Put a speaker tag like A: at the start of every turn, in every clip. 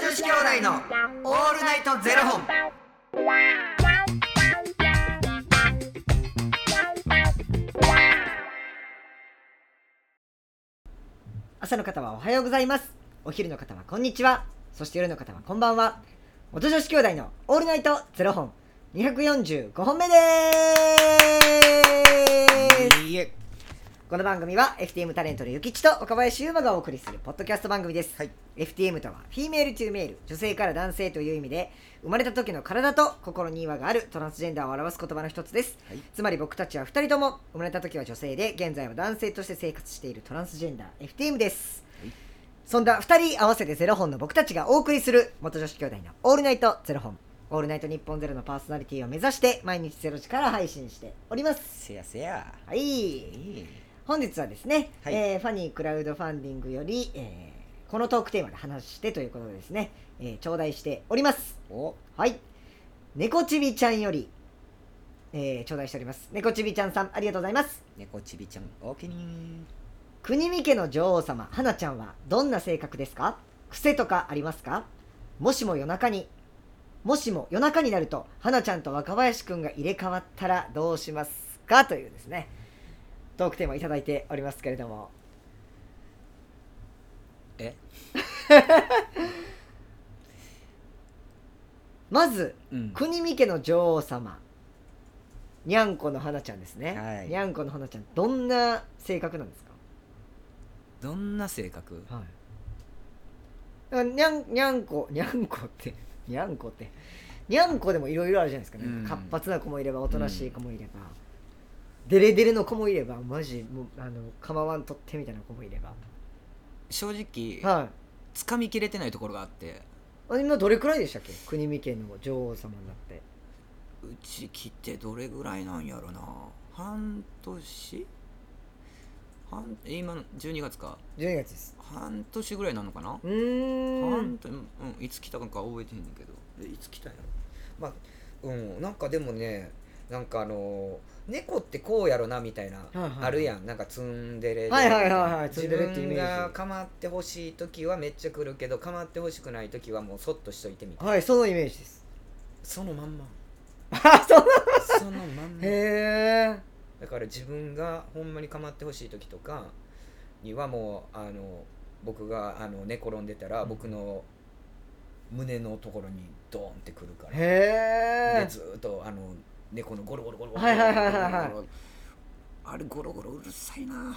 A: 子兄弟のオールナイトゼロ本。
B: 朝の方はおはようございますお昼の方はこんにちはそして夜の方はこんばんは元女子兄弟のオールナイトゼロ本245本目です
A: いえ、
B: この番組は FTM タレントのゆきちと岡林優馬がお送りするポッドキャスト番組です、
A: はい、
B: FTM とはフィメール・トゥ・メール女性から男性という意味で生まれた時の体と心に違和があるトランスジェンダーを表す言葉の一つです、
A: はい
B: つまり僕たちは2人とも生まれた時は女性で現在は男性として生活しているトランスジェンダー FTM です、
A: はい
B: そんな2人合わせてゼロ本の僕たちがお送りする元女子兄弟の「オールナイトゼロ本」「オールナイト日本ゼロのパーソナリティを目指して毎日ゼロ時から配信しております
A: せやせや。
B: はい
A: いい
B: 本日はですね、
A: はい
B: えーファニークラウドファンディングより、えーこのトークテーマで話してということでですね、えー頂戴しております
A: お、
B: はい猫ちびちゃんより、えー頂戴しております猫ちびちゃんさんありがとうございます
A: 猫ちびちゃん、おおきに。
B: 国見家の女王様花ちゃんはどんな性格ですか癖とかありますかもしも夜中にもしも夜中になると花ちゃんと若林くんが入れ替わったらどうしますかというですねトークテーマいただいておりますけれども
A: え、
B: まず
A: うん
B: 国見家の女王様にゃんこの花ちゃんですね、
A: はい
B: にゃんこの花ちゃんどんな性格なんです
A: どんな性格？
B: か、はい、にゃんにゃんこにゃんこって にゃんこってにゃんこでもいろいろあるじゃないですか、ね
A: うん
B: 活発な子もいればおとなしい子もいれば、デレデレの子もいればマジもうあの構わんとってみたいな子もいれば
A: 正直、
B: はい
A: 掴みきれてないところがあって、
B: あ今どれくらいでしたっけ国見家の女王様になって
A: うち来てどれぐらいなんやろな。半年？半今12月か。
B: 12月です
A: 半年ぐらいなのかな
B: う？ー
A: 半
B: ん
A: 年、うん、いつ来たのか覚えてへんねんけど。いつ来たんやろ。まあ、うん、なんかでもね。なんかあの猫ってこうやろなみたいな、
B: はいはい
A: あるやんなんかツンデレで
B: はいはいはいはいツ
A: 自
B: ンデレってイメージ
A: 分が構ってほしい時はめっちゃ来るけど構ってほしくない時はもうそっとしといてみたいな
B: はいそのイメージです
A: そのまんま
B: あそう
A: そのまんま
B: へえ
A: だから自分がほんまに構ってほしい時とかにはもうあの僕があの寝転んでたら
B: うん
A: 僕の胸のところにドーンってくるから
B: へ
A: で
B: え
A: ずーっとあの猫のゴロゴロゴロゴロ
B: はいはいはいはいはい
A: ゴロゴロあれゴロゴロうるさいな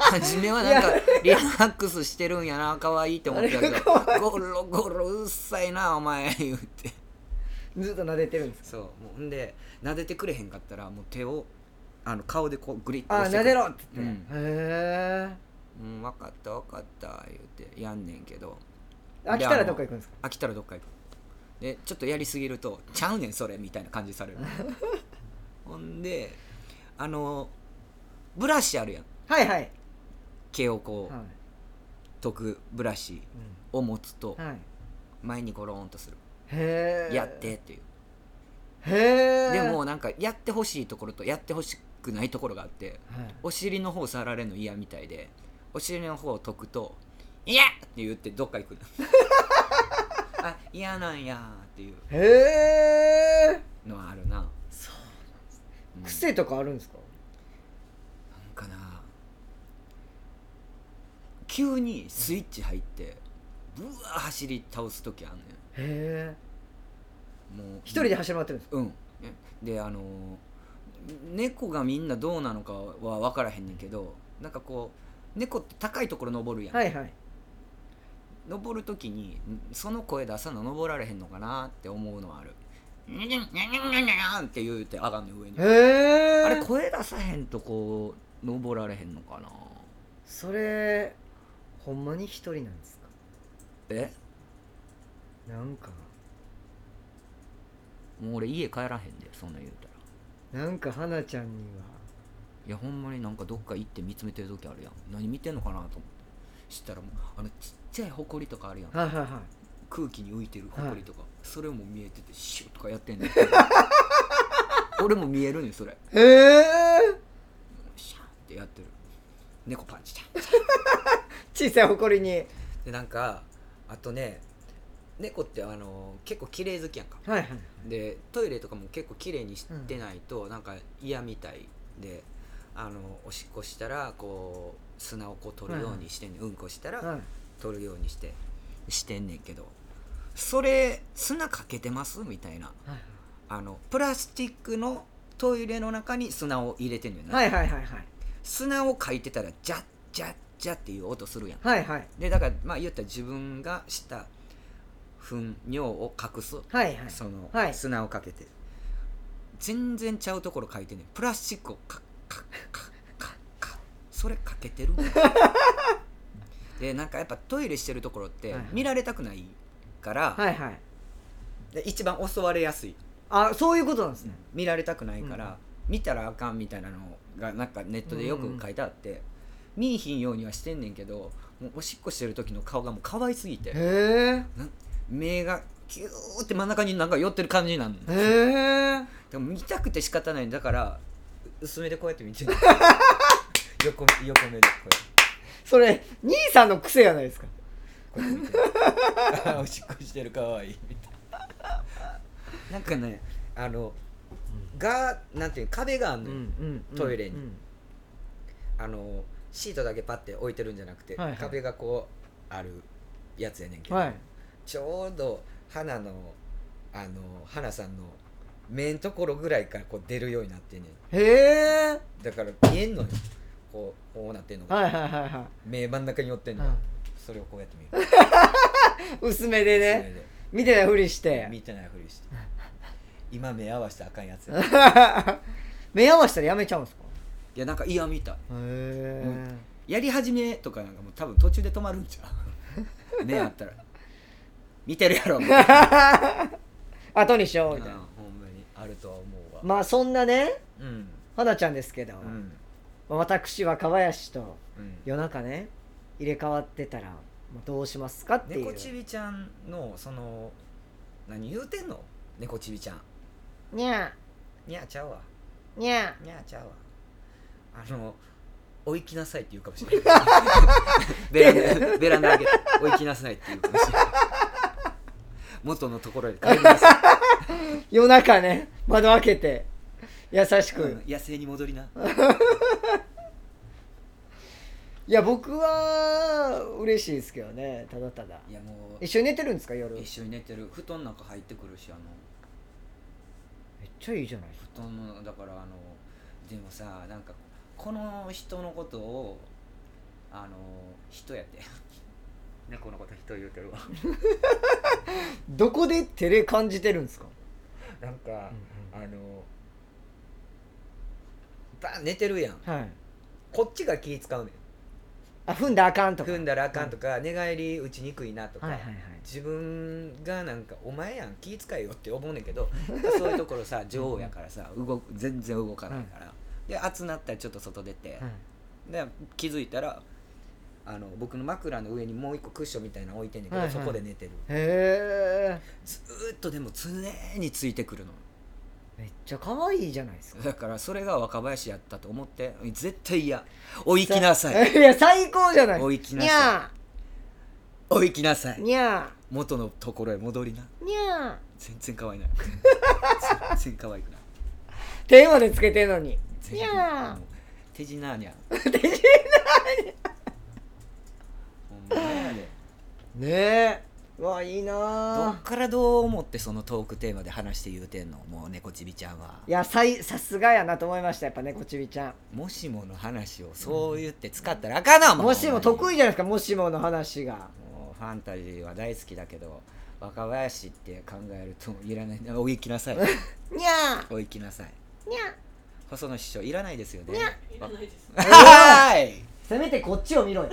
A: 初めはなんかリラックスしてるんやな可愛いって思ってたけどゴロゴロうるさいなお前言うて
B: ずっと撫でてるんです
A: そうもうほんで撫でてくれへんかったらもう手をあの顔でこうグリッと
B: あ
A: 押して
B: 撫
A: くる
B: でろって言って、
A: う
B: へえ
A: うん分かった分かった言うてやんねんけど
B: 飽きたらどっか行くんですか
A: 飽きたらどっか行くでちょっとやりすぎると「ちゃうねんそれ」みたいな感 じされるほんであのブラシあるやん
B: はいはい、
A: 毛をこ
B: は
A: う
B: い
A: 解くブラシを持つと
B: うんはい、
A: 前にゴローンとする
B: へ
A: 「
B: え
A: やって」っていう
B: へえ
A: でもなんかやってほしいところとやってほしくないところがあって
B: はい
A: お尻の方触られるの嫌みたいでお尻の方を解くと「いや!」って言ってどっか 行くのあ嫌なんやーっていう
B: へえ
A: のはあるな、
B: そうなんです
A: うん
B: 癖とかあるんですか
A: なんかな急にスイッチ入ってブワー走り倒す時あんね
B: へえ
A: んもう
B: 一人で走り回ってるんですか
A: うんであのー猫がみんなどうなのかは分からへんねんけどなんかこう猫って高いところ登るやん、
B: はいはい
A: 登る時にその声出さな登られへんのかなって思うのはある「にゃにゃにゃにゃにゃにゃん」って言うて上がんねん上に
B: へ
A: あ
B: え
A: れ声出さへんとこう登られへんのかな
B: それほんまに一人なんですか
A: え
B: なんか
A: もう俺家帰らへんでそんなん言うたら
B: なんか花ちゃんにはい
A: やほんまになんかどっか行って見つめてる時あるやん何見てんのかなと思ってしたらもうあのちっちゃいほこりとかあるやん
B: はいはいはい
A: 空気に浮いてるほこりとか、それも見えててシュッとかやってんねん俺も見えるねんそれ
B: へえ
A: シャンってやってる猫パンチちゃん
B: 小さい埃に
A: でなんかあとね猫ってあの結構綺麗好きやんか
B: はいはい
A: でトイレとかも結構綺麗にしてないと、なんか嫌みたいであのおしっこしたらこう砂をこう取るようにしてんねん、うんこしたら、
B: はい
A: 取るようにしてしてんねんけどそれ砂かけてますみたいなあのプラスチックのトイレの中に砂を入れてんねんな、
B: はいはいはいはいはい
A: 砂をかいてたらジャッジャッジャッっていう音するやん
B: はいはい
A: でだからまあ言ったら自分がした糞尿を隠す
B: はいはい
A: その、
B: はい
A: 砂をかけて全然ちゃうところ書いてんねんプラスチックをカッカッカッカッカッそれかけてる でなんかやっぱトイレしてるところって
B: はいはい
A: 見られたくないから、
B: はいはい
A: で一番襲われやすい
B: あそういうことなんですね
A: 見られたくないか
B: うん
A: ら、見たらあかんみたいなのがなんかネットでよく書いてあって、見いひんようにはしてんねんけどもうおしっこしてる時の顔がもう可愛すぎて
B: へ
A: 目がキューって真ん中になんか寄ってる感じになるの
B: えへえ
A: でも見たくて仕方ないだからう薄めでこうやって見てる 横横目でこ
B: それ兄さんの癖やないですか
A: うやってこうやって見てる あーおしっこしてるかわいいみたいななんかねあのがなんていう壁があんのよ、うんトイレにあのシートだけパッて置いてるんじゃなくて、
B: はいはい
A: 壁がこうあるやつやねんけど、
B: はい
A: ちょうど花のあの花さんの目んところぐらいからこう出るようになってんねん
B: へえ
A: だから見えんのよこうこうなってんのが、
B: はいはいはいは
A: 目真ん中に寄ってん
B: い
A: の、
B: は
A: それをこうやって見る
B: い薄めでね
A: そ
B: 見てないふりし
A: れで
B: て
A: 見てないふりして今目合わせたらあかんや つや
B: 目合わせたらやめちゃうんですか
A: いやなんか嫌みたい
B: へえ
A: やり始めとかなんかもう多分途中で止まるんちゃ う目合ったら見てるやろみたいな
B: 後にしよう
A: うん
B: みた
A: ほ
B: い
A: ん
B: な
A: まにあるとは思うわ、
B: まあそんなね
A: うん
B: 花ちゃんですけど
A: うん
B: 私若林と
A: うん
B: 夜中ね入れ替わってたらまあどうしますかってい
A: 猫
B: う
A: ちびちゃんのその何言うてんの猫ちびちゃん
B: にゃ
A: にゃーちゃうわ
B: ーにゃ
A: にゃーちゃうわあのお行きなさいって言うかもしれ ないベランダベランダ開けてお行きなさいって言うかもしれない元のところへ帰りなさ
B: ー夜中ね窓開けて優し
A: い、う
B: く
A: ん野生に戻りない
B: や僕は嬉しいですけどねただただ
A: いやもう
B: 一緒に寝てるんですか夜めっ
A: 一緒に寝てる布団なんか入ってくるしあの
B: ちゃいいじゃないですか
A: 布団のだからあのでもさなんかこの人のことをあの人やって 猫のこと人言うてるわ
B: どこで照れ感じてるんですか、
A: なんか、あのバン寝てるやん
B: はい
A: こっちが気使うねん
B: あ踏んだらあかんとか
A: 踏んだらあかんとか、寝返り打ちにくいなとか、
B: はいはいはい
A: 自分がなんかお前やん気使えよって思うねんけ どそういうところさ女王やからさ動く全然動かないから、で暑なったらちょっと外出て、
B: はい
A: で気づいたらあの僕の枕の上にもう一個クッションみたいなの置いてんねんけど、
B: はいはい
A: そこで寝てる
B: へえ
A: ずーっとでも常についてくるの
B: めっちゃ可愛いじゃないですか
A: だからそれが若林やったと思って絶対嫌お行きなさい
B: いや最高じゃない
A: お行きな
B: に
A: さ
B: ゃ
A: お行きなさ
B: ー
A: い
B: にゃ
A: 元のところへ戻りな
B: ーにゃ
A: 全然可愛い ない全然可愛くない
B: ーテーマでつけてんのに
A: 全
B: に
A: 然
B: ゃ
A: もう手品にゃん
B: ーね
A: ほんまやで
B: えうわいい
A: ど
B: な
A: っからどう思ってそのトークテーマで話して言うてんのもう猫ちびちゃんは
B: ーいやさいさすがやなと思いましたやっぱ猫ちびちゃん
A: もしもの話をそう言って使ったらあかんな、
B: もしも得
A: 意
B: 意じゃないですかもしもの話が
A: もうファンタジーは大好きだけど若林って考えるといらないお行きなさ い
B: にゃ
A: お行きなさい
B: ーにゃー
A: 細野師匠いらないですよね
B: いや
A: いらないですはい
B: せめてこっちを見ろ よ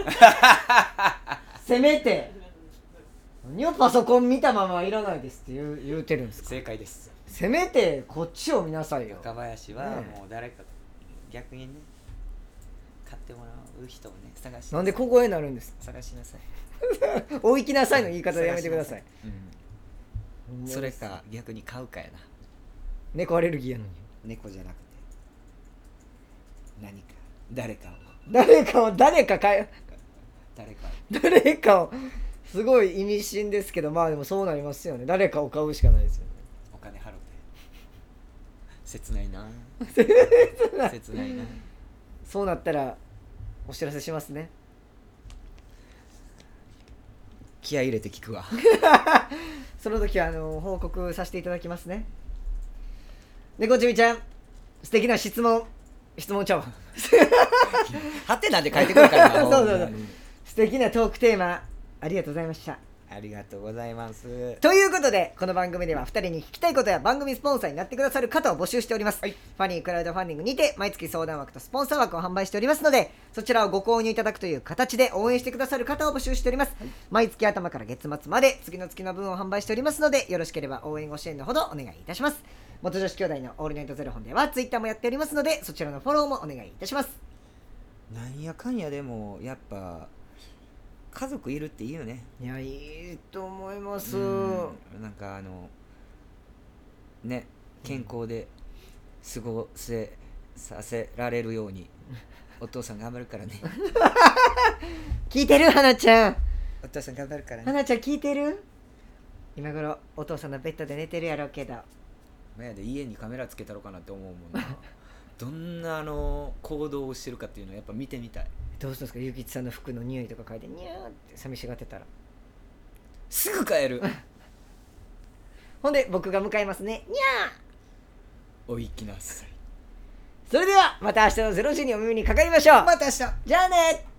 B: せめて何をパソコン見たままいらないですって言う言うてるんですか
A: 正解です
B: せめてこっちを見なさいよ
A: 若林は
B: ねえ
A: もう誰か逆にね買ってもらう人をね探し
B: なんで小声になるんですか
A: 探しなさい
B: お行きなさいの言い方でやめてください、
A: うんそれか逆に買うかやな
B: 猫アレルギーやのに
A: 猫じゃなくて何か誰かを
B: 誰かを誰かかよ
A: 誰かを
B: 誰かをすごい意味深ですけどまあでもそうなりますよね誰かを買うしかないですよね
A: お金払うて切ないな切ないな
B: そうなったらお知らせしますね
A: 気合い入れて聞くわ
B: その時はあの報告させていただきますね猫ちみちゃん素敵な質問質問ちゃうわ
A: はてなで書いてくるから な
B: そうそうそう
A: ほんまに
B: 素敵なトークテーマありがとうございました
A: ありがとうございます
B: ということでこの番組では2人に聞きたいことや番組スポンサーになってくださる方を募集しております、ファニークラウドファンディングにて毎月相談枠とスポンサー枠を販売しておりますのでそちらをご購入いただくという形で応援してくださる方を募集しております、毎月頭から月末まで次の月の分を販売しておりますのでよろしければ応援ご支援のほどお願いいたします元女子兄弟のオールナイトゼロ本ではツイッターもやっておりますのでそちらのフォローもお願いいたします
A: なんやかんやでもやっぱ家族いるっていいよね
B: いやいいと思います
A: うんなんかあのね健康で過ごせさせられるようにお父さん頑張るからね
B: 聞いてる花ちゃん
A: お父さん頑張るから
B: は
A: ね
B: なちゃん聞いてる今頃お父さんのベッドで寝てるやろうけど
A: まやで家にカメラつけたろかなって思うもんなどんなあの行動をしてるかっていうのをやっぱ見てみたい
B: どうするんですかゆきちさんの服の匂いとか嗅いでニャーって寂しがってたら
A: すぐ帰る
B: ほんで僕が迎えますねニャー
A: お行きなさい
B: それではまた明日の0時にお耳にかかりましょう
A: た明日
B: じゃあね